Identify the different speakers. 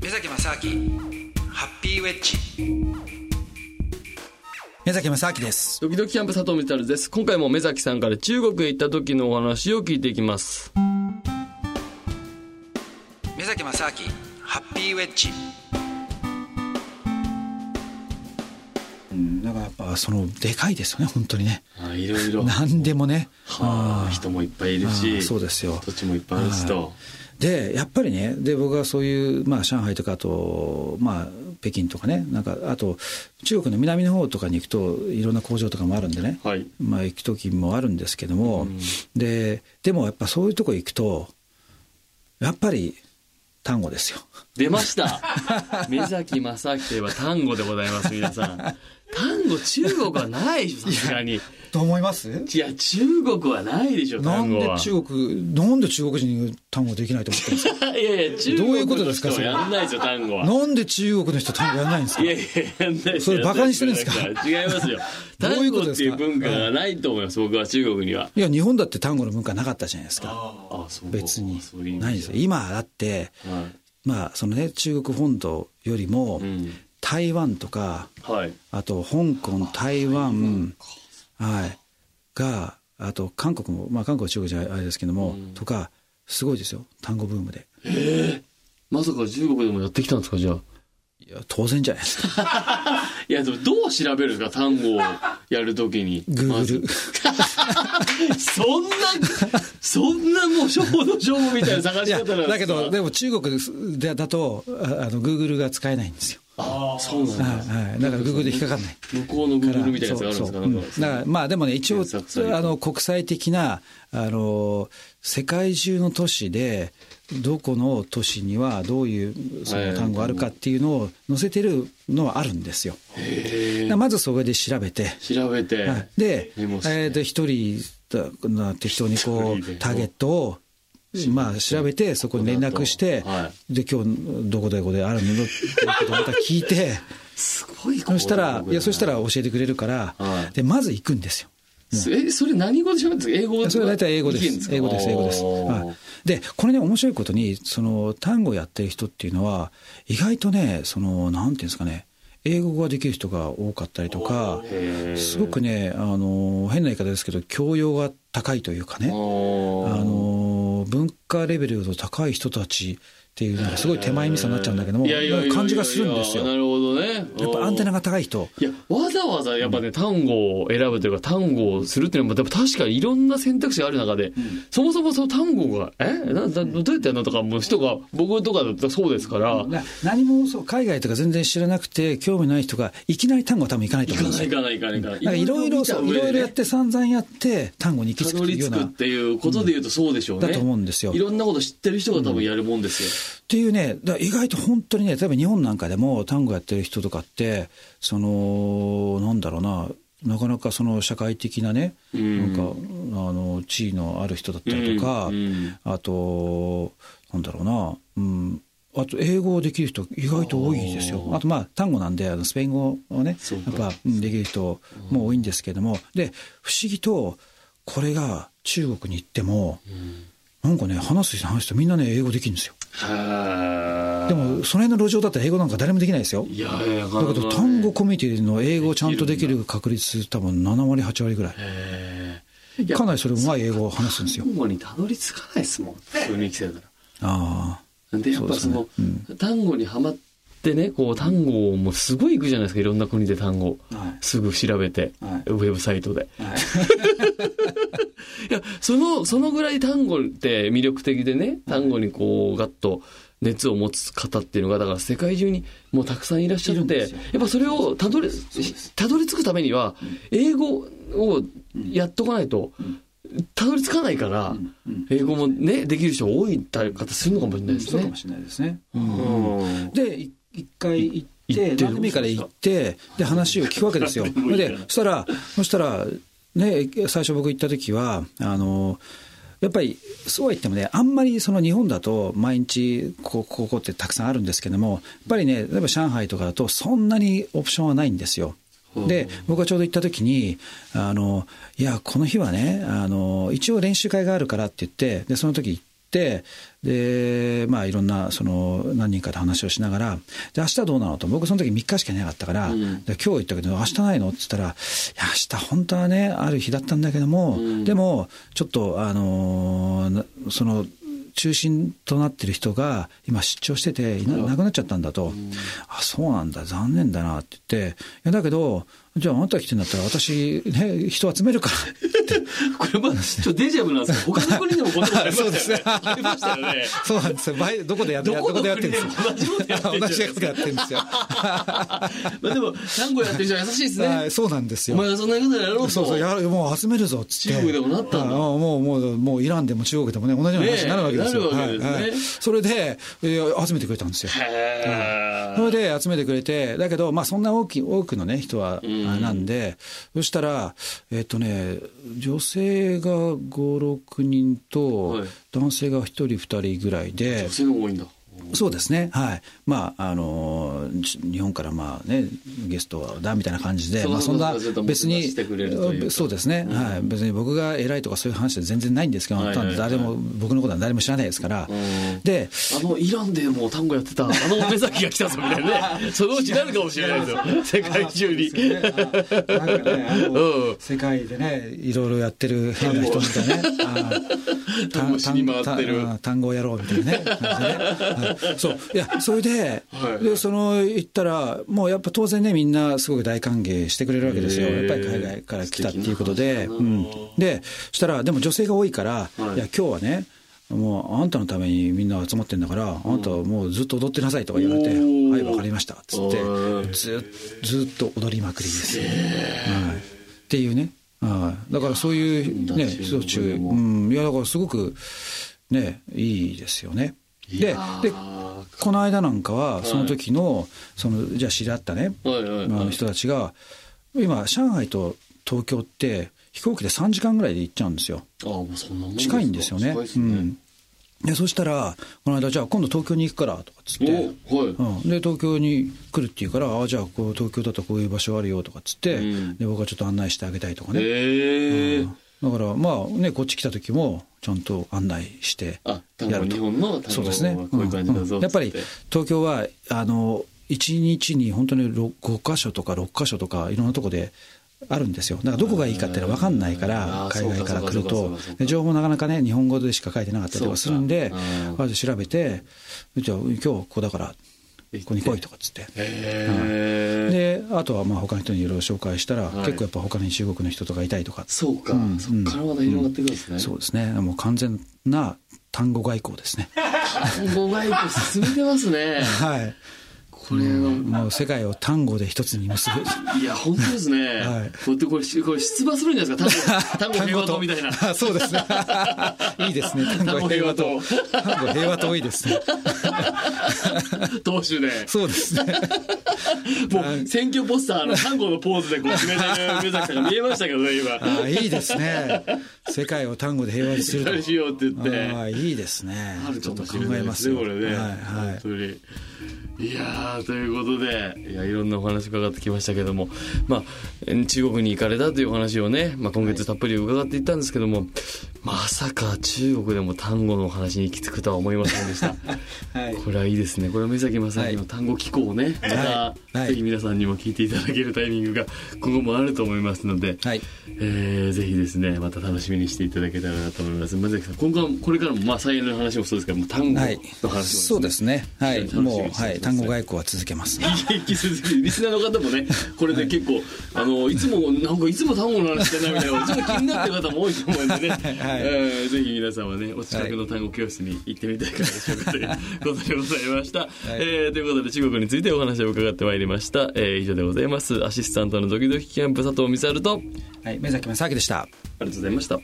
Speaker 1: 目崎正明ハッピーウェッジ
Speaker 2: 目崎正明です
Speaker 3: ドキドキキャンプ佐藤光晴です。今回も目崎さんから中国へ行った時のお話を聞いていきます。
Speaker 1: 目崎正明ハッピーウェッジ
Speaker 2: だからやっぱそのでかいですよね本当にね
Speaker 4: あいろ いろ。
Speaker 2: 何でもね
Speaker 4: はあ、人もいっぱいいる
Speaker 2: あー
Speaker 4: し。
Speaker 2: そうですよ
Speaker 4: 土地もいっぱいあるしと。
Speaker 2: でやっぱりねで僕はそういう、まあ、上海とかあと、まあ、北京とかねなんかあと中国の南の方とかに行くといろんな工場とかもあるんでね、
Speaker 4: はい。
Speaker 2: まあ、行く時もあるんですけども、ででもやっぱそういうとこ行くとやっぱり単語ですよ。
Speaker 3: 出ました 目崎正明といえば単語でございます、皆さん。単語中国はないでしょ、さすがに。
Speaker 2: と思います
Speaker 3: いや、中国はないでしょ、
Speaker 2: な
Speaker 3: 単
Speaker 2: ん
Speaker 3: 語
Speaker 2: で
Speaker 3: は。
Speaker 2: 中国なんで中国人に単語できないと思ってるんですか
Speaker 3: いやいや、中
Speaker 2: どうい
Speaker 3: 国
Speaker 2: うこと
Speaker 3: の
Speaker 2: です
Speaker 3: 人
Speaker 2: か
Speaker 3: はやんないですよ、単語は。
Speaker 2: なんで中国の人単語やらないんですか
Speaker 3: いやいや、やんないです
Speaker 2: そ
Speaker 3: よ。
Speaker 2: れバカにしてるんですか
Speaker 3: 違いますよ。
Speaker 2: どうい
Speaker 3: 単
Speaker 2: うこと
Speaker 3: 語
Speaker 2: で
Speaker 3: っ
Speaker 2: す
Speaker 3: て
Speaker 2: か
Speaker 3: いう文化がないと思います、僕は中国には。
Speaker 2: いや日本だって単語の文化なかったじゃないですか
Speaker 4: あ、そう
Speaker 2: 別に
Speaker 4: そういう意味
Speaker 2: ないですよ今だって
Speaker 4: はい。
Speaker 2: まあそのね中国本土よりも
Speaker 4: ん
Speaker 2: 台湾とか
Speaker 4: はい。
Speaker 2: あと香港台湾はいがあと韓国もまあ韓国は中国じゃあれですけどもとかすごいですよ単語ブームで
Speaker 3: まさか中国でもやってきたんですか、じゃあ。
Speaker 2: いや当然じゃないです か
Speaker 4: いや、でもどう調べるんですか、単語をやるときに。まず
Speaker 2: Google
Speaker 4: そんな、そんなもう、小の小みたいな探
Speaker 2: い
Speaker 4: し
Speaker 2: や
Speaker 4: 方なんですか
Speaker 2: だけどでも中国ですでだとああの Google が使えないんですよ
Speaker 4: あそうなん
Speaker 2: はい
Speaker 4: だ。
Speaker 2: はいだから Google で引っかかんない
Speaker 4: 向こうのグーグルみたいなやつがあるん
Speaker 2: そ
Speaker 4: で
Speaker 2: うそ
Speaker 4: すか
Speaker 2: う
Speaker 4: な
Speaker 2: うん
Speaker 4: ん
Speaker 2: だ
Speaker 4: か
Speaker 2: からまあでもね一応
Speaker 4: 検索サイト
Speaker 2: あの国際的なあの世界中の都市でどこの都市にはどういうその単語があるかっていうのを載せてるのはあるんですよ。だからまずそこで調べて、
Speaker 4: 調べて。
Speaker 2: はいで、え
Speaker 4: メモして
Speaker 2: ーと一人だな適当にこ
Speaker 4: 一人
Speaker 2: う
Speaker 4: で
Speaker 2: ターゲットをまあ調べてそこに連絡して
Speaker 4: この後は、
Speaker 2: で今日どこどこであるのっていうことをまた聞いて。
Speaker 4: すごい
Speaker 2: そしたら、いや、そした
Speaker 4: ら。
Speaker 2: ら教えてくれるから、
Speaker 4: はい
Speaker 2: で、まず行くんですよ。
Speaker 4: え、それ何語で喋るんですか英語
Speaker 2: それは大体英語で
Speaker 4: 意見
Speaker 2: す。
Speaker 4: か
Speaker 2: 英語です、英語です。
Speaker 4: あー
Speaker 2: はい、で、これね、面白いことに、その、単語やってる人っていうのは、意外とね、その、なんていうんですかね、英語ができる人が多かったりとか、
Speaker 4: へー
Speaker 2: すごくね、あの、変な言い方ですけど、教養が高いというかね、あ
Speaker 4: あの
Speaker 2: の、文化レベルの高い人たちっていうのがすごい手前味噌になっちゃうんだけども、なんか感じがするんですよ。
Speaker 4: な
Speaker 2: や
Speaker 4: るほどね。
Speaker 2: っぱアンテナ
Speaker 4: が。
Speaker 2: が高い人。
Speaker 3: いや、わざわざやっぱね、単語を選ぶというか、単語をするっていうのは、でも確かにいろんな選択肢がある中で、そもそもその単語が、えななどうやってやるのとか、もう人が、僕とかだったらそうですから、
Speaker 2: な何もそう海外とか全然知らなくて興味ない人がいきなり単語は多分いかないと
Speaker 4: 行
Speaker 2: 思うん
Speaker 4: か
Speaker 2: です
Speaker 4: ない
Speaker 2: よ。
Speaker 4: 行かない行かない行か
Speaker 2: なんか
Speaker 4: ない。
Speaker 2: いろいろそういろいろやっ
Speaker 4: って
Speaker 2: 散々やって単語に行き
Speaker 4: た
Speaker 2: 着
Speaker 4: ど
Speaker 2: くっていう
Speaker 4: り
Speaker 2: よう
Speaker 4: 着く
Speaker 2: なっ
Speaker 4: っ
Speaker 2: て
Speaker 4: いうことで言うとそうでしょうね。
Speaker 2: だと思うんですよ
Speaker 4: いろんなこと知ってる人が多分やるもんですよ。
Speaker 2: ていうねだから意外と本当にね例えば日本なんかでも単語やってる人とかってそのなんだろうななかなかその社会的なねなんかあの地位のある人だったりとか、
Speaker 4: うんうん
Speaker 2: あとなんだろうなうんあと英語できる人意外と多いですよ。あとまあ単語なんであのスペイン語をね
Speaker 4: そう
Speaker 2: や
Speaker 4: か
Speaker 2: っぱうんできる人も多いんですけどもで不思議とこれが中国に行っても、なんかね話す人話す人みんなね英語できるんですよ。
Speaker 4: は
Speaker 2: でもその辺の路上だったら英語なんか誰もできないですよ。
Speaker 4: いやいや、
Speaker 2: だけど単語コミュニティの英語をちゃんとできる確率多分7割8割ぐらい。
Speaker 4: や
Speaker 2: かなりそれうまい英語を話すんですよ。
Speaker 4: 単語にたどり着かないですもん。普通に生きてたら。
Speaker 2: ああ。
Speaker 4: でやっぱその
Speaker 2: そうです
Speaker 4: 単語にはまっ
Speaker 3: でね、こう単語をもうすごい行くじゃないですか、いろんな国で単語。
Speaker 2: はい
Speaker 3: すぐ調べて、
Speaker 2: はい
Speaker 3: ウェブサイトで。
Speaker 2: はい
Speaker 3: いや、その、そのぐらい単語って魅力的でね、単語にこう、ガッと熱を持つ方っていうのが、だから世界中にもうたくさんいらっしゃって、やっぱそれをたどり、たどり着くためには、英語をやっとかないと、たどり着かないから、英語もね、できる人多い方するのかもしれないです
Speaker 2: そうか
Speaker 3: ね
Speaker 2: も。しれないですね。
Speaker 4: うん
Speaker 2: でい一回行って
Speaker 3: 行って
Speaker 2: 何でもいいから行ってで話を聞くわけです よ。でそしたらそしたらね最初僕行った時はあのやっぱりそうは言ってもねあんまりその日本だと毎日こここってたくさんあるんですけどもやっぱりね例えば上海とかだとそんなにオプションはないんですよ。で僕がちょうど行った時にあのいやこの日はねあの一応練習会があるからって言ってでその時行って。ってでまあいろんなその何人かと話をしながら「で明日どうなの?」と僕その時3日しかいなかったから「で今日行ったけど明日ないの?」って言ったら「いや明日本当はねある日だったんだけども、でもちょっとあのーなその。中心となってる人が今出張してていな亡くなっちゃったんだと、あそうなんだ残念だなって言っていやだけどじゃああなた来てんだったら私ね人集めるから
Speaker 4: これは、ちょっとデジャブなんですけど、他の国でもこんなこと ありましたよね。ありましたよ ね。
Speaker 2: そうなんですよ。倍どこでやって
Speaker 4: どこ
Speaker 2: どこ
Speaker 4: の
Speaker 2: でやって
Speaker 4: 国
Speaker 2: るんで
Speaker 4: ですも
Speaker 2: よ。
Speaker 4: 同じことや
Speaker 2: 同
Speaker 4: ってる
Speaker 2: じことやってるんですよ。
Speaker 4: まあでも、タンゴやってる人は優しいです
Speaker 2: は
Speaker 4: ね。
Speaker 2: い、そうなんです
Speaker 4: お
Speaker 2: よ。
Speaker 4: 前がそんなことやろうと。
Speaker 2: そうそう、やるもう集めるぞっつって。
Speaker 4: 中国でもなった
Speaker 2: ああ
Speaker 4: んだ
Speaker 2: もう、もう、もうイランでも中国でもね、同じような話になるわけですよ。
Speaker 4: ねえなるわけですね
Speaker 2: はいはいそれで、えー集めてくれたんですよ。
Speaker 4: へ
Speaker 2: それで集めてくれて、だけど、まあ、そんな大き多くのね、人は、あれなんで、そしたら、えっとね、女性が5、6人と、
Speaker 4: はい
Speaker 2: 男性が1人、2人ぐらいで
Speaker 4: ー。、そういうのが多いんだ。
Speaker 2: そうですね、はいまああのち日本からまあ、ね、ゲストだみたいな感じで、
Speaker 4: そう
Speaker 2: まあ、そんな
Speaker 4: そうそうそう
Speaker 2: 別
Speaker 4: 持ち出
Speaker 2: に
Speaker 4: してくれるというか
Speaker 2: そうですね、はい、別に僕が偉いとかそういう話は全然ないんですけど、
Speaker 4: はいはいはい
Speaker 2: 誰も僕のことは誰も知らないですから、
Speaker 4: ん
Speaker 2: で
Speaker 4: あのイランでもうタンゴやってた、あの目先が来たぞみた いなね。そのうちなるかもしれないですよ。世界中に。
Speaker 2: なんかねあの
Speaker 4: うん
Speaker 2: 世界でねいろいろやってる変な人みたいなねあー
Speaker 4: 単語しに回ってる
Speaker 2: 単単単語をやろうみたい なね感じでねはいそういやそれで,、
Speaker 4: はい
Speaker 2: でその行ったらもうやっぱ当然ねみんなすごく大歓迎してくれるわけですよ
Speaker 4: へ
Speaker 2: やっ
Speaker 4: ー
Speaker 2: ぱり海外から来たっていうことで、うん、でそしたらでも女性が多いから、い、や今日はねもうあんたのためにみんな集まってんだから、あんたはもうずっと踊ってなさいとか言われて「
Speaker 4: おー
Speaker 2: はいわかりました」っつって
Speaker 4: おい
Speaker 2: ずずっと踊りまくりですよ、はい、っていうね、はい、だからそういうね
Speaker 4: いやー
Speaker 2: そう
Speaker 4: 中国
Speaker 2: 中
Speaker 4: でも
Speaker 2: うんいやだからすごくねいいですよねででこの間なんかはその時の,、そのじゃあ知り合ったね、
Speaker 4: はいはいはい
Speaker 2: まあ人たちが今上海と東京って飛行機で3時間ぐらいで行っちゃうんですよ
Speaker 4: ああ、もうそんなもんか
Speaker 2: 近いんですよね
Speaker 4: 近いです
Speaker 2: う
Speaker 4: ね
Speaker 2: ん。でそしたらこの間じゃあ今度東京に行くからとかっつって
Speaker 4: おはい。
Speaker 2: うん、で東京に来るっていうからあじゃあこう東京だとこういう場所あるよとかっつって、
Speaker 4: うん
Speaker 2: で僕はちょっと案内してあげたりとかね、
Speaker 4: へえ。
Speaker 2: だからまあねこっち来た時もちゃんと案内して
Speaker 4: あ、タン
Speaker 2: や
Speaker 4: ゴ
Speaker 2: る
Speaker 4: 日
Speaker 2: と
Speaker 4: 本のタン
Speaker 2: そう
Speaker 4: ゴ
Speaker 2: ですね
Speaker 4: はこういう感じだぞ
Speaker 2: うんうんやっぱ
Speaker 4: つ
Speaker 2: り
Speaker 4: て
Speaker 2: 東京はあの1日に本当に5箇所とか6箇所とかいろんなとこであるんですよだからどこがいいかっていうのは分かんないか
Speaker 4: あ
Speaker 2: ら
Speaker 4: ー
Speaker 2: 海外から来る
Speaker 4: そう
Speaker 2: と
Speaker 4: かそうかそうかそうか
Speaker 2: で情報なかなかね日本語でしか書いてなかったりとかするんで
Speaker 4: そうか
Speaker 2: まず調べてじゃあ今日ここだからここに来いとかっつって
Speaker 4: へえ。
Speaker 2: であとはまあ他の人にいろいろ紹介したら、
Speaker 4: はい
Speaker 2: 結構やっぱ他に中国の人とかいたりとか
Speaker 4: そうか、そっからまた広がっていくんですね。
Speaker 2: そうですねもう完全な単語外交です ね
Speaker 4: 単語外交進めてますね。
Speaker 2: はい
Speaker 4: これは、
Speaker 2: もう世界を単語で一つに結 ぶ
Speaker 4: いや、本当ですね。
Speaker 2: はい
Speaker 4: こうやってこれ、しこれ出馬するんじゃないですか、単語、単語平和
Speaker 2: と
Speaker 4: 党みたいな。
Speaker 2: あそうです ねいいですね単語平和と単語平和といいですね
Speaker 4: 党首で。
Speaker 2: そうです ね
Speaker 4: もう、選挙ポスターの単語のポーズでこう決めてる宮崎さんが見えましたけどね、今。
Speaker 2: あいいですね世界を単語で平和にする
Speaker 4: 何し
Speaker 2: と
Speaker 4: ようって言って。
Speaker 2: あいいですね
Speaker 4: ある
Speaker 2: ち
Speaker 4: か
Speaker 2: ょっと
Speaker 4: も
Speaker 2: 考
Speaker 4: しれな
Speaker 2: え
Speaker 4: いで
Speaker 2: ます
Speaker 4: す
Speaker 2: よ
Speaker 4: ね、これね。
Speaker 2: はいはい
Speaker 4: 本当に。いやー、ということで、いや、いろんなお話伺ってきましたけども、まあ、えー中国に行かれたというお話をね、まあ、今月たっぷり伺っていったんですけども、まさか中国でも単語のお話に行き着くとは思いませんでした。
Speaker 2: はい
Speaker 4: これはいいですね。これは目崎正明の単語機構をね、また、
Speaker 2: はい
Speaker 4: ぜひ皆さんにも聞いていただけるタイミングが今後もあると思いますので、
Speaker 2: はい
Speaker 4: えーぜひですねまた楽しみにしていただけたらなと思います松崎さん今後はこれからもまあ再エネの話もそうですけども単語の
Speaker 2: はい
Speaker 4: 話もですね、、
Speaker 2: そうですね、はい、
Speaker 4: 非常に楽
Speaker 2: もう、
Speaker 4: しみにしてお
Speaker 2: は
Speaker 4: ります
Speaker 2: い、単語外交は続けます。
Speaker 4: 引き続き リスナーの方もねこれで結構、あのいつもなんかいつも単語の話してないみたいなちょっと気になってる方も多いと思うんでね、えーぜひ皆さんはねお近くの単語教室に行ってみていかがでしょうかということでございました、えーということで中国についてお話を伺ってまいりました、えー以上でございますアシスタントのドキドキキャンプ佐藤美猿とあり
Speaker 2: はい、目崎正明でした。
Speaker 4: がとうございました